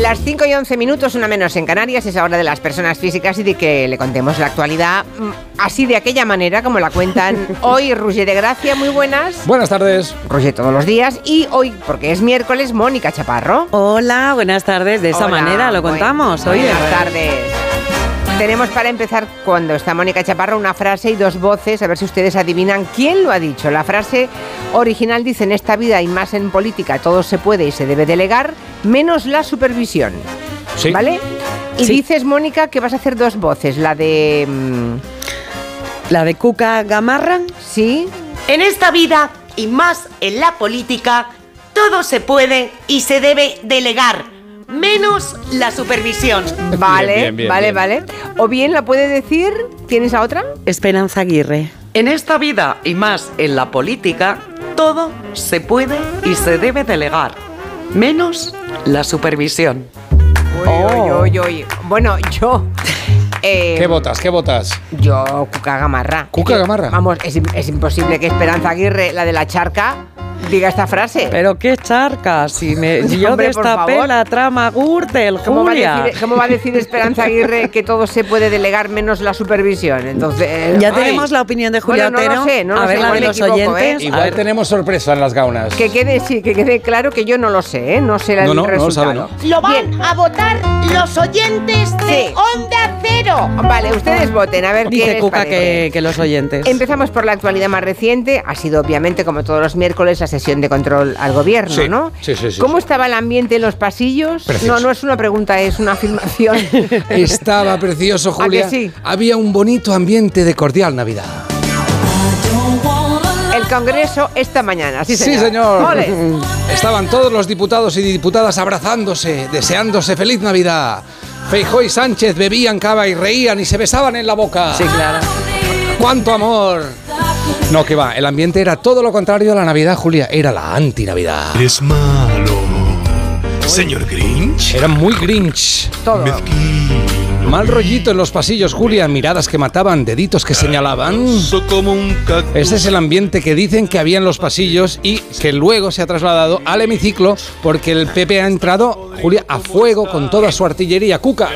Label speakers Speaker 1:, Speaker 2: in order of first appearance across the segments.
Speaker 1: Las 5 y 11 minutos, una menos en Canarias, es ahora de las personas físicas y de que le contemos la actualidad mm, así de aquella manera como la cuentan hoy Roger de Gracia, muy buenas.
Speaker 2: Buenas tardes.
Speaker 1: Roger todos los días y hoy, porque es miércoles, Mónica Chaparro.
Speaker 3: Hola, buenas tardes. De esa
Speaker 1: Hola,
Speaker 3: manera lo
Speaker 1: buen-
Speaker 3: contamos. Oye,
Speaker 1: Buenas tardes. Tenemos para empezar, cuando está Mónica Chaparro, una frase y dos voces, a ver si ustedes adivinan quién lo ha dicho. La frase original dice, en esta vida y más en política, todo se puede y se debe delegar, menos la supervisión.
Speaker 2: Sí.
Speaker 1: ¿Vale? Y
Speaker 3: Sí.
Speaker 1: dices, Mónica, que vas a hacer dos voces, la de... mm,
Speaker 3: la de Cuca Gamarra.
Speaker 1: sí,
Speaker 4: En esta vida y más en la política, todo se puede y se debe delegar, menos la supervisión.
Speaker 1: vale,
Speaker 2: bien, bien,
Speaker 1: vale,
Speaker 2: bien.
Speaker 1: vale. O bien la puede decir, ¿tienes a otra?
Speaker 3: Esperanza Aguirre.
Speaker 4: En esta vida y más en la política, todo se puede y se debe delegar, menos la supervisión.
Speaker 1: Uy, uy, uy, uy. Bueno, yo... eh,
Speaker 2: ¿Qué votas? ¿Qué votas?
Speaker 1: Yo, Cuca Gamarra.
Speaker 2: ¿Cuca
Speaker 1: Es que,
Speaker 2: Gamarra?
Speaker 1: Vamos, es, im- es imposible que Esperanza Aguirre, la de la charca, diga esta frase.
Speaker 3: Pero qué charca, si me, si yo
Speaker 1: Hombre, por
Speaker 3: destapé
Speaker 1: favor.
Speaker 3: la trama Gürtel,
Speaker 1: ¿Cómo va, a
Speaker 3: Julia.
Speaker 1: decir, cómo va a decir Esperanza Aguirre que todo se puede delegar menos la supervisión? Entonces.
Speaker 3: Ya
Speaker 1: ay.
Speaker 3: tenemos la opinión de Julia
Speaker 1: Bueno, no lo
Speaker 3: Otero.
Speaker 1: sé, no lo
Speaker 3: a
Speaker 1: sé,
Speaker 3: ver la
Speaker 1: igual
Speaker 3: de
Speaker 1: me
Speaker 3: los
Speaker 1: equivoco,
Speaker 3: oyentes.
Speaker 1: ¿eh?
Speaker 3: A
Speaker 2: Igual
Speaker 3: ver,
Speaker 2: tenemos sorpresa en las gaunas.
Speaker 1: Que quede, sí, que quede claro que yo no lo sé, ¿eh? No sé el
Speaker 2: No, no, no lo
Speaker 1: resultado.
Speaker 2: sabe, ¿no?
Speaker 5: Lo van a votar los oyentes de
Speaker 1: Sí.
Speaker 5: Onda Cero.
Speaker 1: Vale, ustedes voten, a ver qué
Speaker 3: Dice
Speaker 1: les
Speaker 3: Cuca
Speaker 1: parece.
Speaker 3: que, que los oyentes.
Speaker 1: Empezamos por la actualidad más reciente. Ha sido, obviamente, como todos los miércoles, la sesión de control al gobierno,
Speaker 2: Sí,
Speaker 1: ¿no?
Speaker 2: sí, sí, sí,
Speaker 1: ¿Cómo
Speaker 2: sí.
Speaker 1: estaba el ambiente en los pasillos?
Speaker 2: Precioso.
Speaker 1: No, no es una pregunta, es una afirmación.
Speaker 2: Estaba precioso, Julia.
Speaker 1: que sí?
Speaker 2: Había un bonito ambiente de cordial Navidad.
Speaker 1: el Congreso esta mañana, sí, señor.
Speaker 2: Sí, señor.
Speaker 1: Ole.
Speaker 2: Estaban todos los diputados y diputadas abrazándose, deseándose feliz Navidad. Feijó y Sánchez bebían cava y reían y se besaban en la boca.
Speaker 3: Sí, claro.
Speaker 2: ¡Cuánto amor! No, que va, el ambiente era todo lo contrario a la Navidad, Julia. Era la anti-Navidad.
Speaker 6: Eres malo, señor Grinch.
Speaker 2: Era muy Grinch.
Speaker 1: Todo.
Speaker 6: Mezquino.
Speaker 2: Mal rollito en los pasillos, Julia, miradas que mataban, deditos que señalaban.
Speaker 6: Soy como un cactus.
Speaker 2: Ese es el ambiente que dicen que había en los pasillos y que luego se ha trasladado al hemiciclo porque el PP ha entrado, Julia, a fuego con toda su artillería. Cuca,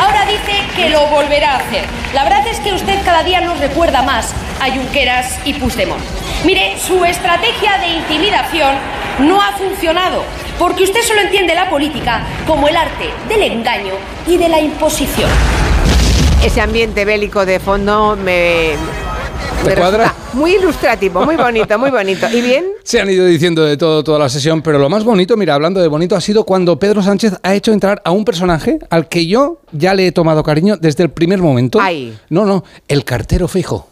Speaker 7: Ahora dice que lo volverá a hacer. La verdad es que usted cada día nos recuerda más a Junqueras y Puigdemont. Mire, su estrategia de intimidación no ha funcionado, porque usted solo entiende la política como el arte del engaño y de la imposición.
Speaker 1: Ese ambiente bélico de fondo me.
Speaker 2: ¿Te
Speaker 1: me
Speaker 2: cuadra?
Speaker 1: resulta Muy ilustrativo, muy bonito, muy bonito. ¿Y bien?
Speaker 2: se han ido diciendo de todo toda la sesión, pero lo más bonito, mira, hablando de bonito, ha sido cuando Pedro Sánchez ha hecho entrar a un personaje al que yo ya le he tomado cariño desde el primer momento.
Speaker 1: Ay.
Speaker 2: No, no, el cartero fijo.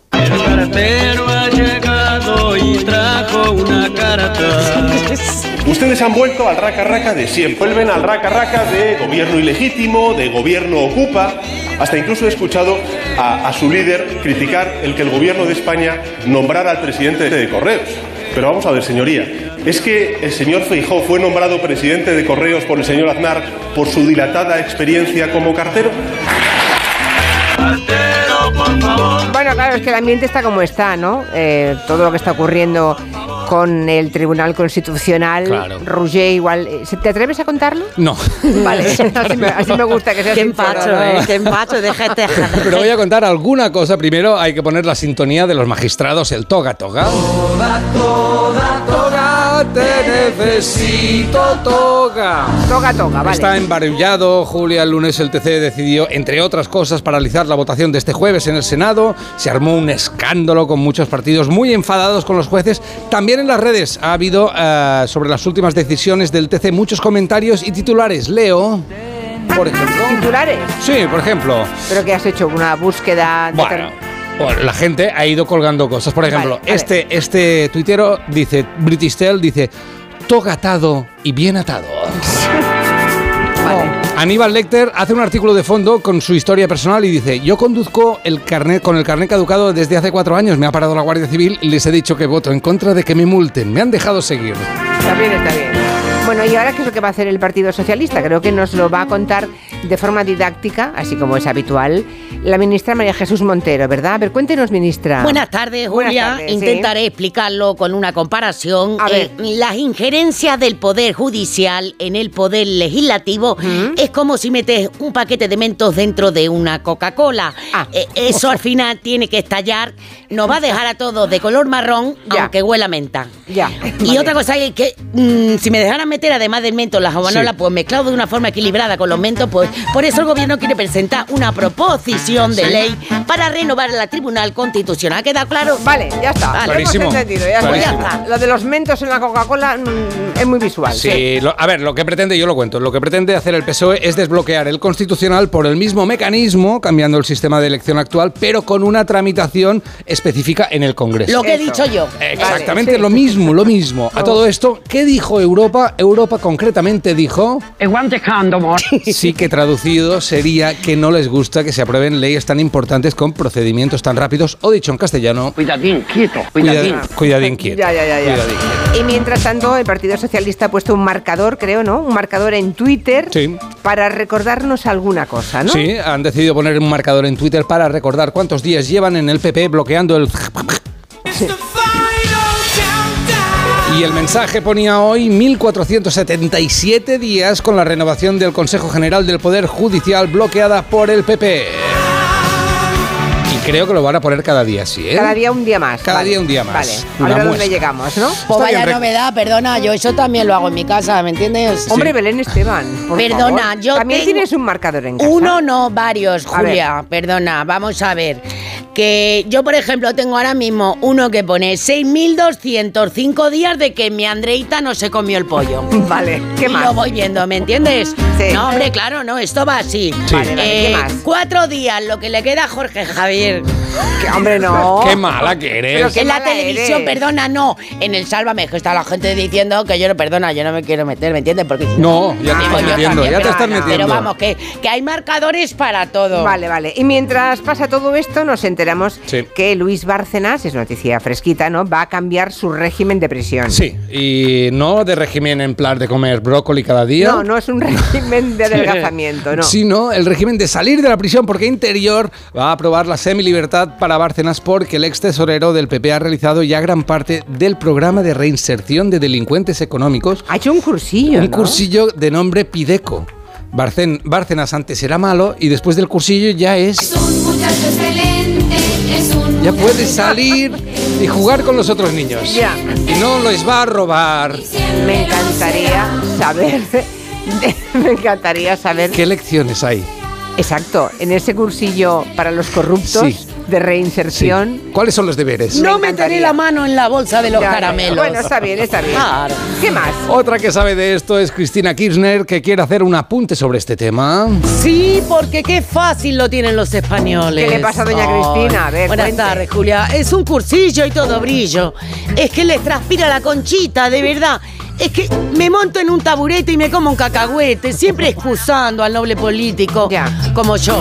Speaker 8: Ustedes han vuelto al raca raca de siempre. Vuelven al raca raca de gobierno ilegítimo, de gobierno ocupa. Hasta incluso he escuchado a, a su líder criticar el que el gobierno de España nombrara al presidente de Correos. Pero vamos a ver, señoría. Es que el señor Feijó fue nombrado presidente de Correos por el señor Aznar por su dilatada experiencia como cartero.
Speaker 1: Bueno, claro, es que el ambiente está como está, ¿no? Eh, todo lo que está ocurriendo con el Tribunal Constitucional,
Speaker 2: Claro.
Speaker 1: Roger igual. eh, ¿se- ¿Te atreves a contarlo?
Speaker 2: No.
Speaker 1: Vale, así me, así me gusta que sea
Speaker 3: Qué empacho, ¿eh? Qué empacho, déjate.
Speaker 2: Pero voy a contar alguna cosa. Primero hay que poner la sintonía de los magistrados, el toga toga. Toga, toga, toga, te necesito toga.
Speaker 1: Toca, toca, Ah, vale.
Speaker 2: Está embarullado. Julia, el lunes el TC decidió, entre otras cosas, paralizar la votación de este jueves en el Senado. Se armó un escándalo con muchos partidos muy enfadados con los jueces. También en las redes ha habido eh, sobre las últimas decisiones del TC muchos comentarios y titulares. Leo, por ejemplo.
Speaker 1: Titulares.
Speaker 2: Sí, por ejemplo.
Speaker 1: Pero que has hecho una búsqueda. de-
Speaker 2: Bueno, bueno, la gente ha ido colgando cosas. Por ejemplo,
Speaker 1: Vale, vale.
Speaker 2: este, este tuitero dice, British Tell dice, toga atado y bien atado. Aníbal Lecter hace un artículo de fondo con su historia personal y dice, yo conduzco el carnet, con el carnet caducado desde hace cuatro años, me ha parado la Guardia Civil y les he dicho que voto en contra de que me multen, me han dejado seguir.
Speaker 1: También está bien. Bueno, ¿y ahora qué es lo que va a hacer el Partido Socialista? Creo que nos lo va a contar de forma didáctica, así como es habitual, la ministra María Jesús Montero, ¿verdad? A ver, cuéntenos, ministra.
Speaker 9: Buenas tardes,
Speaker 1: Ah. Buenas
Speaker 9: Julia.
Speaker 1: tardes, sí.
Speaker 9: Intentaré explicarlo con una comparación.
Speaker 1: A
Speaker 9: Eh, las injerencias del Poder Judicial en el Poder Legislativo es como si metes un paquete de mentos dentro de una Coca-Cola.
Speaker 1: Ah.
Speaker 9: Eh, eso al final tiene que estallar. Nos va a dejar a todos de color marrón,
Speaker 1: Ya.
Speaker 9: aunque huela a menta.
Speaker 1: Ya.
Speaker 9: Y
Speaker 1: Vale.
Speaker 9: otra cosa es que mm, si me dejaran meter además del mento las habanuelas,
Speaker 2: Sí.
Speaker 9: pues mezclado de una forma equilibrada con los mentos, pues por eso el gobierno quiere presentar una proposición de ley para renovar la Tribunal Constitucional. ¿Ha quedado claro?
Speaker 1: Vale, ya está.
Speaker 9: Vale.
Speaker 1: Lo hemos
Speaker 2: Clarísimo.
Speaker 1: entendido, ya está.
Speaker 2: Clarísimo.
Speaker 1: Ya está. Lo de los mentos en la Coca-Cola mm, es muy visual.
Speaker 2: Sí, lo- a ver, lo que pretende, yo lo cuento, lo que pretende hacer el PSOE E es desbloquear el constitucional por el mismo mecanismo, cambiando el sistema de elección actual, pero con una tramitación específica en el Congreso.
Speaker 9: Lo que he
Speaker 1: Eso.
Speaker 9: dicho yo.
Speaker 2: Exactamente
Speaker 1: Vale, sí.
Speaker 2: lo mismo, lo mismo. A todo esto, ¿qué dijo Europa? Europa concretamente dijo, sí que traducido sería que no les gusta que se aprueben leyes tan importantes con procedimientos tan rápidos, o dicho en castellano,
Speaker 10: Cuidadín, quieto,
Speaker 2: cuidadín, cuidadín quieto.
Speaker 1: Ya, ya, ya, ya.
Speaker 2: cuidadín quieto.
Speaker 1: Y mientras tanto, el Partido Socialista ha puesto un marcador, creo, ¿no? Un marcador en Twitter
Speaker 2: Sí.
Speaker 1: para recordarnos alguna cosa, ¿no?
Speaker 2: Sí, han decidido poner un marcador en Twitter para recordar cuántos días llevan en el PP bloqueando el... Y el mensaje ponía hoy 1477 días con la renovación del Consejo General del Poder Judicial bloqueada por el PP. Y creo que lo van a poner cada día, sí, ¿eh?
Speaker 1: Cada día un día más.
Speaker 2: Cada día un día más.
Speaker 1: Vale,
Speaker 2: Una
Speaker 1: a ver a dónde
Speaker 2: muestra.
Speaker 1: llegamos, ¿no?
Speaker 2: Está
Speaker 9: Pues
Speaker 2: bien,
Speaker 9: vaya
Speaker 2: rec-
Speaker 9: novedad, perdona, yo eso también lo hago en mi casa, ¿me entiendes?
Speaker 1: Hombre, Belén Esteban, por
Speaker 9: Perdona,
Speaker 1: favor.
Speaker 9: yo
Speaker 1: También
Speaker 9: tengo-
Speaker 1: tienes un marcador en casa.
Speaker 9: Uno no, varios,
Speaker 1: A ver.
Speaker 9: Julia, perdona, vamos a ver. Que yo, por ejemplo, tengo ahora mismo uno que pone 6.205 días de que mi Andreita no se comió el pollo.
Speaker 1: Vale, ¿qué
Speaker 9: Y
Speaker 1: más?
Speaker 9: Lo voy viendo, ¿me entiendes?
Speaker 1: Sí.
Speaker 9: No, hombre, claro, no, esto va así. Eh,
Speaker 1: Vale, vale, ¿qué más?
Speaker 9: Cuatro días, lo que le queda a Jorge Javier.
Speaker 1: Que- hombre, no.
Speaker 2: Qué mala que
Speaker 1: Oh. Pero
Speaker 2: eres.
Speaker 1: qué
Speaker 9: en la
Speaker 1: mala
Speaker 9: televisión,
Speaker 1: eres.
Speaker 9: perdona, no. En el Sálvame, que está la gente diciendo que yo no, perdona, yo no me quiero meter, ¿me entiendes? Porque si
Speaker 2: No, ya te
Speaker 9: Digo,
Speaker 2: estás
Speaker 9: yo
Speaker 2: metiendo,
Speaker 9: también,
Speaker 2: ya te
Speaker 9: pero-
Speaker 2: estás
Speaker 1: no, no,
Speaker 2: metiendo.
Speaker 9: Pero vamos, que, que hay marcadores para todo.
Speaker 1: Vale, vale. Y mientras pasa todo esto, nos enteramos
Speaker 2: Sí.
Speaker 1: que Luis Bárcenas, es noticia fresquita, ¿no? Va a cambiar su régimen de prisión.
Speaker 2: Sí, y no de régimen en plan de comer brócoli cada día.
Speaker 1: No, no es un régimen de adelgazamiento, no.
Speaker 2: Sino el régimen de salir de la prisión, porque Interior va a aprobar la semilibertad para Bárcenas porque el ex tesorero del PP ha realizado ya gran parte del programa de reinserción de delincuentes económicos,
Speaker 1: Ha hecho un cursillo,
Speaker 2: un
Speaker 1: ¿no?
Speaker 2: cursillo de nombre Pideco. Barcen- Bárcenas antes era malo y después del cursillo ya es... Ya puede salir y jugar con los otros niños.
Speaker 1: Ya.
Speaker 2: Y no los va a robar.
Speaker 1: Me encantaría saber... Me encantaría saber...
Speaker 2: ¿Qué lecciones hay?
Speaker 1: Exacto, en ese cursillo para los corruptos
Speaker 2: Sí.
Speaker 1: de
Speaker 2: Sí.
Speaker 1: reinserción...
Speaker 2: ¿Cuáles son los deberes?
Speaker 1: Me
Speaker 9: No
Speaker 1: encantaría.
Speaker 9: meteré la mano en la bolsa de los
Speaker 1: Ya,
Speaker 9: caramelos.
Speaker 1: Bueno, está bien, está bien.
Speaker 9: Claro.
Speaker 1: ¿Qué más?
Speaker 2: Otra que sabe de esto es Cristina Kirchner, que quiere hacer un apunte sobre este tema.
Speaker 3: Sí, porque qué fácil lo tienen los españoles.
Speaker 1: ¿Qué le pasa a doña
Speaker 3: Ay,
Speaker 1: Cristina? A ver,
Speaker 3: Buenas
Speaker 1: cuente.
Speaker 3: tardes, Julia. Es un cursillo y todo brillo. Es que les transpira la conchita, de verdad. Es que me monto en un taburete y me como un cacahuete, siempre excusando al noble político
Speaker 1: Ya.
Speaker 3: como yo.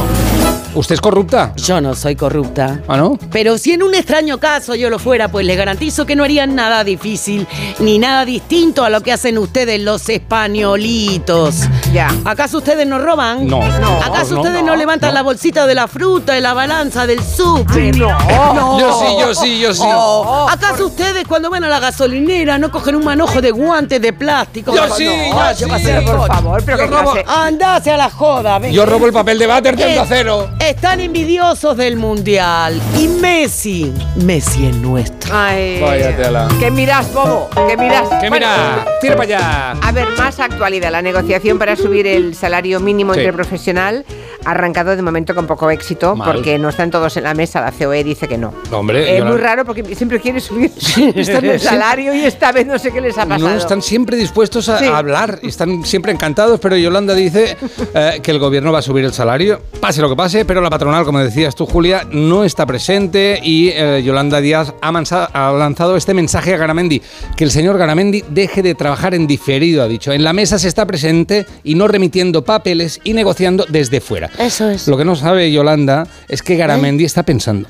Speaker 2: ¿Usted es corrupta?
Speaker 3: Yo no soy corrupta.
Speaker 2: ¿Ah, no?
Speaker 3: Pero si en un extraño caso yo lo fuera, pues les garantizo que no harían nada difícil ni nada distinto a lo que hacen ustedes los españolitos.
Speaker 1: Ya.
Speaker 3: ¿Acaso ustedes no roban?
Speaker 2: No. No.
Speaker 3: ¿Acaso
Speaker 2: No,
Speaker 3: ustedes no,
Speaker 2: no,
Speaker 3: levantan
Speaker 2: no.
Speaker 3: la bolsita de la fruta y la balanza del súper? No.
Speaker 2: Oh, Yo sí, yo sí, yo sí.
Speaker 3: Oh, ¿Acaso ustedes cuando van a la gasolinera no cogen un manojo de guantes de plástico?
Speaker 2: Yo
Speaker 3: No,
Speaker 2: sí,
Speaker 3: no,
Speaker 2: yo
Speaker 3: lleva
Speaker 2: sí.
Speaker 3: a ser
Speaker 1: Por
Speaker 3: coche.
Speaker 1: favor, pero
Speaker 2: Yo
Speaker 1: qué
Speaker 2: robo-
Speaker 1: clase...
Speaker 3: Andase a la joda, ven.
Speaker 2: Yo robo el papel de váter de
Speaker 3: Eh,
Speaker 2: Onda Cero.
Speaker 3: Están envidiosos del mundial. Y Messi. Messi es nuestro.
Speaker 1: Ay,
Speaker 2: Vaya tela.
Speaker 1: ¿Qué miras, bobo? ¿Qué miras?
Speaker 2: Que
Speaker 1: Bueno,
Speaker 2: mira, tira para allá.
Speaker 1: A ver, más actualidad. La negociación para subir el salario mínimo
Speaker 2: Sí.
Speaker 1: interprofesional ha arrancado de momento con poco éxito
Speaker 2: Mal.
Speaker 1: porque no están todos en la mesa. La COE dice que no.
Speaker 2: Hombre,
Speaker 1: es
Speaker 2: yo
Speaker 1: muy
Speaker 2: la-
Speaker 1: raro porque siempre quiere subir están el salario y esta vez no sé qué les ha pasado.
Speaker 2: No están siempre dispuestos a,
Speaker 1: Sí.
Speaker 2: a hablar, están siempre encantados, pero Yolanda dice eh, que el gobierno va a subir el salario, pase lo que pase, pero la patronal, como decías tú, Julia, no está presente y eh, Yolanda Díaz ha, mansa- ha lanzado este mensaje a Garamendi, que el señor Garamendi deje de trabajar en diferido, ha dicho. En la mesa se está presente y no remitiendo papeles y negociando desde fuera.
Speaker 9: Eso es.
Speaker 2: Lo que no sabe Yolanda es que Garamendi está pensando.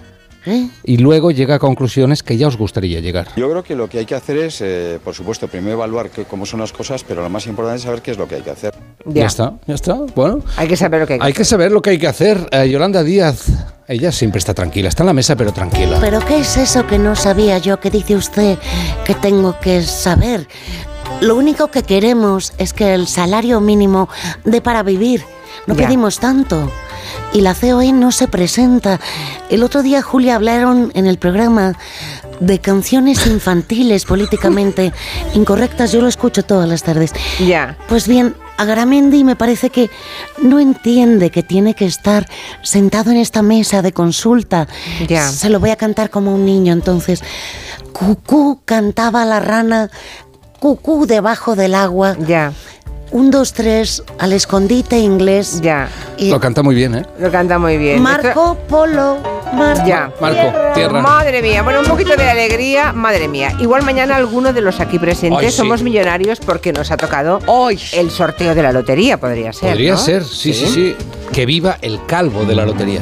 Speaker 2: y luego llega a conclusiones que ya os gustaría llegar.
Speaker 10: Yo creo que lo que hay que hacer es, eh, por supuesto, primero evaluar qué- cómo son las cosas, pero lo más importante es saber qué es lo que hay que hacer.
Speaker 2: Ya, está, ya está. Bueno,
Speaker 1: hay que saber lo que hay que
Speaker 2: Hay que saber lo que hay que hacer. Eh, Yolanda Díaz, ella siempre está tranquila, está en la mesa pero tranquila.
Speaker 11: ¿Pero qué es eso que no sabía yo que dice usted que tengo que saber? Lo único que queremos es que el salario mínimo dé para vivir. No
Speaker 1: Ya.
Speaker 11: pedimos tanto. Y la COE no se presenta. El otro día, Julia, hablaron en el programa de canciones infantiles políticamente incorrectas. Yo lo escucho todas las tardes.
Speaker 1: Ya.
Speaker 11: Pues bien, Agramendi me parece que no entiende que tiene que estar sentado en esta mesa de consulta.
Speaker 1: Ya.
Speaker 11: Se lo voy a cantar como un niño, entonces. Cucú cantaba la rana, cucú debajo del agua.
Speaker 1: Ya.
Speaker 11: Un, dos, tres, al escondite inglés.
Speaker 1: Ya.
Speaker 2: Lo canta muy bien, ¿eh?
Speaker 1: Lo canta muy bien.
Speaker 11: Marco Polo, Marco.
Speaker 1: Ya.
Speaker 2: Marco, tierra.
Speaker 1: Madre mía, bueno, un poquito de alegría, madre mía. Igual mañana alguno de los aquí presentes
Speaker 2: Ay, sí.
Speaker 1: somos millonarios porque nos ha tocado el sorteo de la lotería, podría ser.
Speaker 2: Podría
Speaker 1: ¿no?
Speaker 2: ser, sí, sí, sí. Que viva el calvo de la lotería.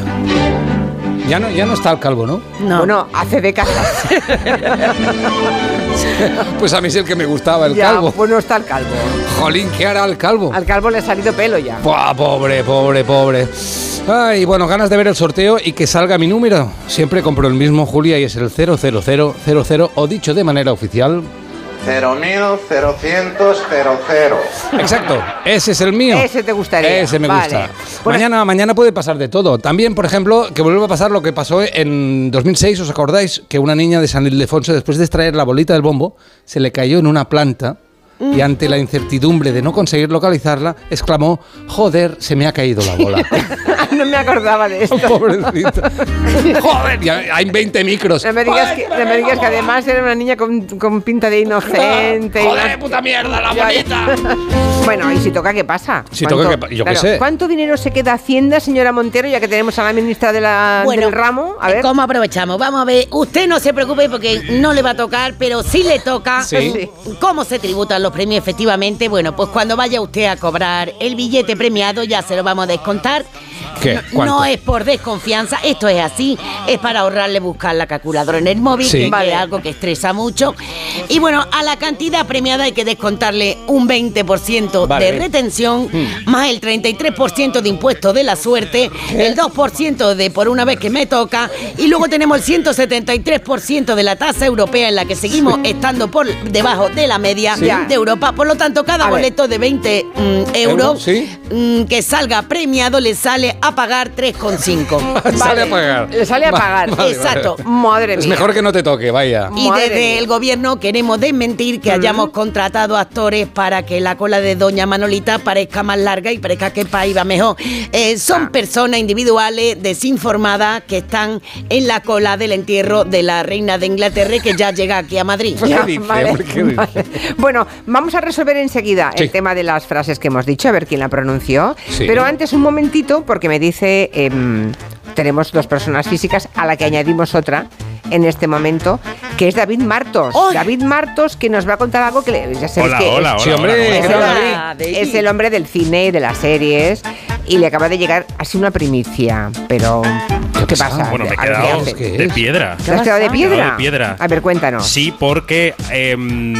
Speaker 2: Ya no, ya no está el calvo, ¿no?
Speaker 1: No. Bueno, hace décadas.
Speaker 2: Pues a mí es el que me gustaba, el
Speaker 1: ya,
Speaker 2: calvo.
Speaker 1: Pues no está el calvo.
Speaker 2: Jolín, ¿qué hará el calvo?
Speaker 1: Al calvo le ha salido pelo ya.
Speaker 2: Buah, pobre, pobre, pobre. Ay, bueno, ganas de ver el sorteo y que salga mi número. Siempre compro el mismo, Julia, y es el 00000 o dicho de manera oficial.
Speaker 12: 0000.
Speaker 2: Exacto, ese es el mío.
Speaker 1: Ese te gustaría.
Speaker 2: Ese me
Speaker 1: Vale. Pues
Speaker 2: gusta.
Speaker 1: Bueno,
Speaker 2: mañana, mañana puede pasar de todo. También, por ejemplo, que vuelva a pasar lo que pasó en 2006, ¿os acordáis? Que una niña de San Ildefonso, después de extraer la bolita del bombo, se le cayó en una planta y ante la incertidumbre de no conseguir localizarla, exclamó, joder, se me ha caído la bola.
Speaker 1: no me acordaba de esto.
Speaker 2: Pobrecita. Joder, ya hay 20 micros.
Speaker 1: No me digas, que, no me digas que además era una niña con, con pinta de inocente. y
Speaker 2: Ah, Joder,
Speaker 1: no-
Speaker 2: puta mierda, la
Speaker 1: Ya,
Speaker 2: bonita.
Speaker 1: bueno, y si toca, ¿qué pasa?
Speaker 2: Si
Speaker 1: ¿Cuánto-
Speaker 2: toca, ¿qué pa- yo qué
Speaker 1: claro,
Speaker 2: sé.
Speaker 1: ¿Cuánto dinero se queda Hacienda, señora Montero, ya que tenemos a la ministra de la, del ramo? A ver.
Speaker 9: eh, ¿Cómo aprovechamos? Vamos a ver, usted no se preocupe porque no le va a tocar, pero si le toca, Eh,
Speaker 2: Sí.
Speaker 9: ¿cómo se tributan los premios efectivamente? Bueno, pues cuando vaya usted a cobrar el billete premiado ya se lo vamos a descontar.
Speaker 2: ¿Qué?
Speaker 9: No,
Speaker 2: ¿Cuánto?
Speaker 9: no es por desconfianza, esto es así, es para ahorrarle buscar la calculadora en el móvil,
Speaker 2: Sí.
Speaker 9: que
Speaker 2: Vale.
Speaker 9: es algo que estresa mucho. Y bueno, a la cantidad premiada hay que descontarle un 20%
Speaker 2: Vale.
Speaker 9: de retención, más el 33% de impuesto de la suerte, el 2% de por una vez que me toca, y luego tenemos el 173% de la tasa europea en la que seguimos estando por debajo de la media
Speaker 1: Sí.
Speaker 9: de Europa. Por lo tanto, cada
Speaker 1: A ver.
Speaker 9: boleto de 20 mm,
Speaker 2: Euro,
Speaker 9: euros
Speaker 2: sí.
Speaker 9: mm, que salga premiado le sale a pagar 3,5.
Speaker 2: Sale a pagar.
Speaker 1: Le Eh, sale a
Speaker 2: Va-
Speaker 1: pagar.
Speaker 2: vale, vale.
Speaker 9: Exacto.
Speaker 1: Madre mía.
Speaker 2: Es mejor que no te toque, vaya.
Speaker 9: Y
Speaker 1: Madre
Speaker 9: desde
Speaker 1: mía.
Speaker 9: el gobierno queremos desmentir que hayamos contratado actores para que la cola de Doña Manolita parezca más larga y parezca que el país va mejor. Eh, son
Speaker 1: Ah.
Speaker 9: personas individuales desinformadas que están en la cola del entierro de la reina de Inglaterra y que ya llega aquí a Madrid.
Speaker 2: ¿Por qué dice? ¿Por qué dice?
Speaker 1: Bueno, vamos a resolver enseguida
Speaker 2: Sí.
Speaker 1: el tema de las frases que hemos dicho, a ver quién la pronunció.
Speaker 2: Sí.
Speaker 1: Pero antes un momentito, porque me dice, em, tenemos dos personas físicas a la que añadimos otra en este momento, que es David Martos.
Speaker 9: ¡Ay!
Speaker 1: David Martos que nos va a contar algo que le, ya sabes
Speaker 6: Hola,
Speaker 1: que
Speaker 6: hola,
Speaker 1: es,
Speaker 2: Sí,
Speaker 6: hola,
Speaker 2: hombre,
Speaker 6: hola,
Speaker 2: ¿qué
Speaker 1: es
Speaker 2: tal,
Speaker 1: el-
Speaker 2: David?
Speaker 9: Ah, David.
Speaker 1: es el hombre del cine y de las series y le acaba de llegar así una primicia, pero ¿qué,
Speaker 2: pasa?
Speaker 1: pasa?
Speaker 12: Bueno, me he
Speaker 1: A ver, ¿qué
Speaker 12: quedado
Speaker 1: hace?
Speaker 2: ¿Qué
Speaker 12: de
Speaker 2: es?
Speaker 12: piedra.
Speaker 1: ¿Te has quedado de
Speaker 12: Me he
Speaker 1: piedra?
Speaker 12: quedado de piedra.
Speaker 1: A ver, cuéntanos.
Speaker 12: Sí, porque em,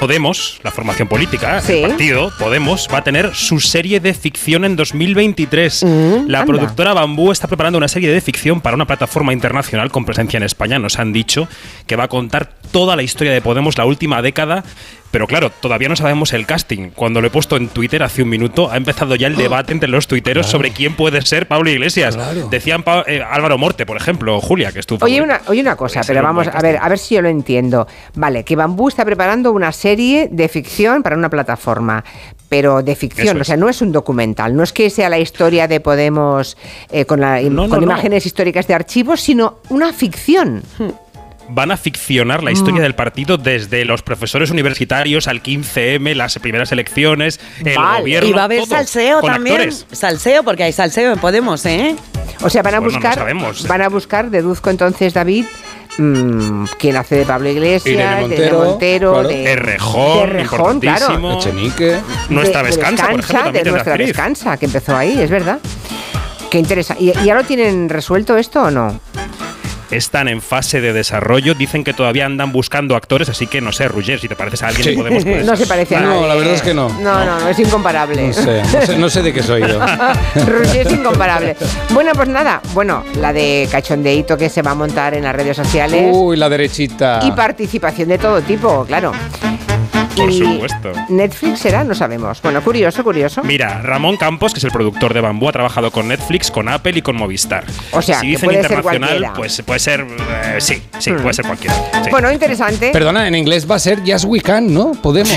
Speaker 12: Podemos, la formación política,
Speaker 1: Sí.
Speaker 12: el partido Podemos, va a tener su serie de ficción en 2023.
Speaker 1: Mm,
Speaker 12: la
Speaker 1: anda.
Speaker 12: productora Bambú está preparando una serie de ficción para una plataforma internacional con presencia en España. Nos han dicho que va a contar toda la historia de Podemos, la última década. Pero claro, todavía no sabemos el casting. Cuando lo he puesto en Twitter hace un minuto, ha empezado ya el debate entre los tuiteros sobre quién puede ser Pablo Iglesias. Decían Pa- eh, Álvaro Morte, por ejemplo, Julia, que es tu
Speaker 1: Oye
Speaker 12: favorito.
Speaker 1: una, oye una cosa,
Speaker 12: Podría ser
Speaker 1: pero
Speaker 12: un
Speaker 1: vamos
Speaker 12: buen
Speaker 1: a ver,
Speaker 12: casting.
Speaker 1: a ver si yo lo entiendo. Vale, que Bambú está preparando una serie de ficción para una plataforma, pero de ficción,
Speaker 12: Eso
Speaker 1: o sea,
Speaker 12: es.
Speaker 1: no es un documental, no es que sea la historia de Podemos eh, con, la-
Speaker 12: No, no,
Speaker 1: con
Speaker 12: no.
Speaker 1: imágenes históricas de archivos, sino una ficción.
Speaker 12: van a ficcionar la historia
Speaker 1: Mm.
Speaker 12: del partido desde los profesores universitarios al 15M, las primeras elecciones, el
Speaker 1: Vale.
Speaker 12: gobierno.
Speaker 3: Y va a haber
Speaker 12: todo,
Speaker 3: salseo
Speaker 12: con
Speaker 3: también.
Speaker 12: actores.
Speaker 3: Salseo, porque hay salseo en Podemos, ¿eh?
Speaker 1: O sea, van a
Speaker 12: Bueno, Pues no
Speaker 1: buscar,
Speaker 12: sabemos.
Speaker 1: van a buscar, deduzco entonces David, mm, quién hace de Pablo Iglesias,
Speaker 2: Irene
Speaker 1: de
Speaker 2: Montero, claro.
Speaker 1: de,
Speaker 12: Errejón,
Speaker 1: de Errejón, claro.
Speaker 12: importantísimo.
Speaker 2: Echenique.
Speaker 12: Nuestra
Speaker 1: de- de
Speaker 12: Vescanza, por ejemplo, también
Speaker 1: de
Speaker 12: es
Speaker 1: nuestra
Speaker 12: actriz.
Speaker 1: descansa, que empezó ahí, es verdad. Qué interesa. ¿Y y ya lo tienen resuelto esto o no?
Speaker 12: están en fase de desarrollo. Dicen que todavía andan buscando actores, así que no sé, Ruger, si te pareces a alguien,
Speaker 2: Sí.
Speaker 12: podemos poner.
Speaker 1: No se parece a
Speaker 2: Pues No,
Speaker 1: nadie.
Speaker 2: la verdad es que no.
Speaker 1: No, no, no, es incomparable.
Speaker 2: No sé, no sé, no sé de qué soy yo.
Speaker 1: Roger es incomparable. Bueno, pues nada. Bueno, la de cachondeito que se va a montar en las redes sociales.
Speaker 2: Uy, la derechita.
Speaker 1: Y participación de todo tipo, claro.
Speaker 12: Por
Speaker 1: Y
Speaker 12: supuesto.
Speaker 1: Netflix será, no sabemos. Bueno, curioso, curioso.
Speaker 12: Mira, Ramón Campos, que es el productor de Bambú, ha trabajado con Netflix, con Apple y con Movistar.
Speaker 1: O sea,
Speaker 12: si
Speaker 1: que
Speaker 12: dicen
Speaker 1: puede ser
Speaker 12: internacional,
Speaker 1: cualquiera.
Speaker 12: pues puede ser. eh, sí, sí, puede ser cualquiera. sí.
Speaker 1: Bueno, interesante.
Speaker 2: Perdona, en inglés va a ser Yes We Can, ¿no? Podemos.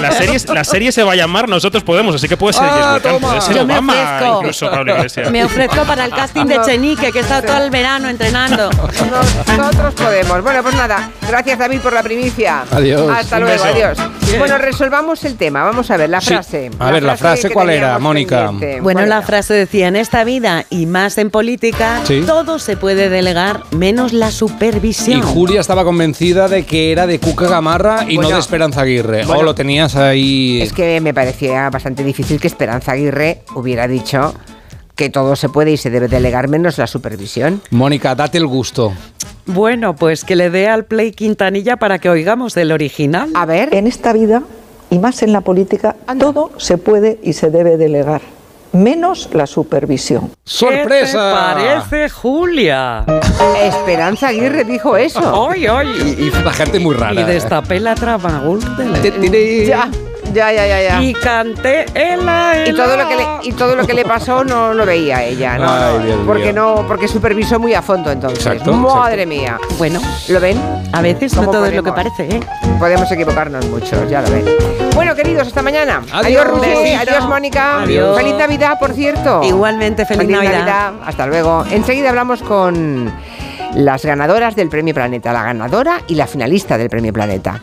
Speaker 12: La serie, la serie se va a llamar Nosotros Podemos, así que puede ser.
Speaker 2: Ah,
Speaker 12: Yes We Can,
Speaker 2: toma.
Speaker 12: puede ser
Speaker 2: Yo me
Speaker 12: Obama,
Speaker 2: ofrezco.
Speaker 12: incluso Pablo Iglesias.
Speaker 3: Me ofrezco para el casting de Chenique, que he estado todo el verano entrenando.
Speaker 1: Nosotros podemos. Bueno, pues nada. Gracias, David, por la primicia.
Speaker 2: Adiós.
Speaker 1: Hasta
Speaker 2: Un
Speaker 1: luego,
Speaker 2: beso.
Speaker 1: adiós.
Speaker 2: Sí.
Speaker 1: Bueno, resolvamos el tema. Vamos a ver la
Speaker 2: Sí.
Speaker 1: frase.
Speaker 2: A ver, la frase,
Speaker 1: que
Speaker 2: ¿cuál era,
Speaker 1: teníamos
Speaker 2: Mónica?
Speaker 1: pendiente.
Speaker 3: Bueno, la frase decía, en esta vida y más en política,
Speaker 2: Sí.
Speaker 3: todo se puede delegar menos la supervisión.
Speaker 2: Y Julia estaba convencida de que era de Cuca Gamarra y no
Speaker 1: Bueno.
Speaker 2: de Esperanza Aguirre.
Speaker 1: Bueno.
Speaker 2: o lo tenías ahí.
Speaker 1: Es que me parecía bastante difícil que Esperanza Aguirre hubiera dicho que todo se puede y se debe delegar menos la supervisión.
Speaker 2: Mónica, date el gusto.
Speaker 3: Bueno, pues que le dé al play Quintanilla para que oigamos el original.
Speaker 1: A ver.
Speaker 7: En esta vida, y más en la política, todo se puede y se debe delegar, menos la supervisión.
Speaker 3: parece, Julia?
Speaker 1: Esperanza Aguirre dijo
Speaker 2: Oh,
Speaker 1: eso.
Speaker 3: ¡Ay, ay!
Speaker 2: Y la gente muy rara. ¿eh?
Speaker 3: Y destapé la trabaúl de
Speaker 1: Ya, ya, ya, ya. ya.
Speaker 3: Y canté
Speaker 1: Y todo lo que le, y todo lo que le pasó no lo veía ella, ¿no?
Speaker 2: Ay, Dios
Speaker 1: porque
Speaker 2: mío.
Speaker 1: no, porque supervisó muy a fondo entonces.
Speaker 2: Exacto,
Speaker 1: Madre mía.
Speaker 3: Bueno,
Speaker 1: ¿lo ven?
Speaker 3: A veces no
Speaker 1: ¿Cómo
Speaker 3: todo es lo que
Speaker 1: podemos?
Speaker 3: parece, ¿eh?
Speaker 1: Podemos equivocarnos mucho, ya lo ven. Bueno, queridos, hasta mañana. Adiós, Rufi.
Speaker 3: Besito.
Speaker 1: Adiós, Mónica.
Speaker 3: Adiós.
Speaker 1: Feliz Navidad, por cierto.
Speaker 3: Igualmente, feliz Navidad.
Speaker 1: Hasta luego. Enseguida hablamos con las ganadoras del Premio Planeta, la ganadora y la finalista del Premio Planeta.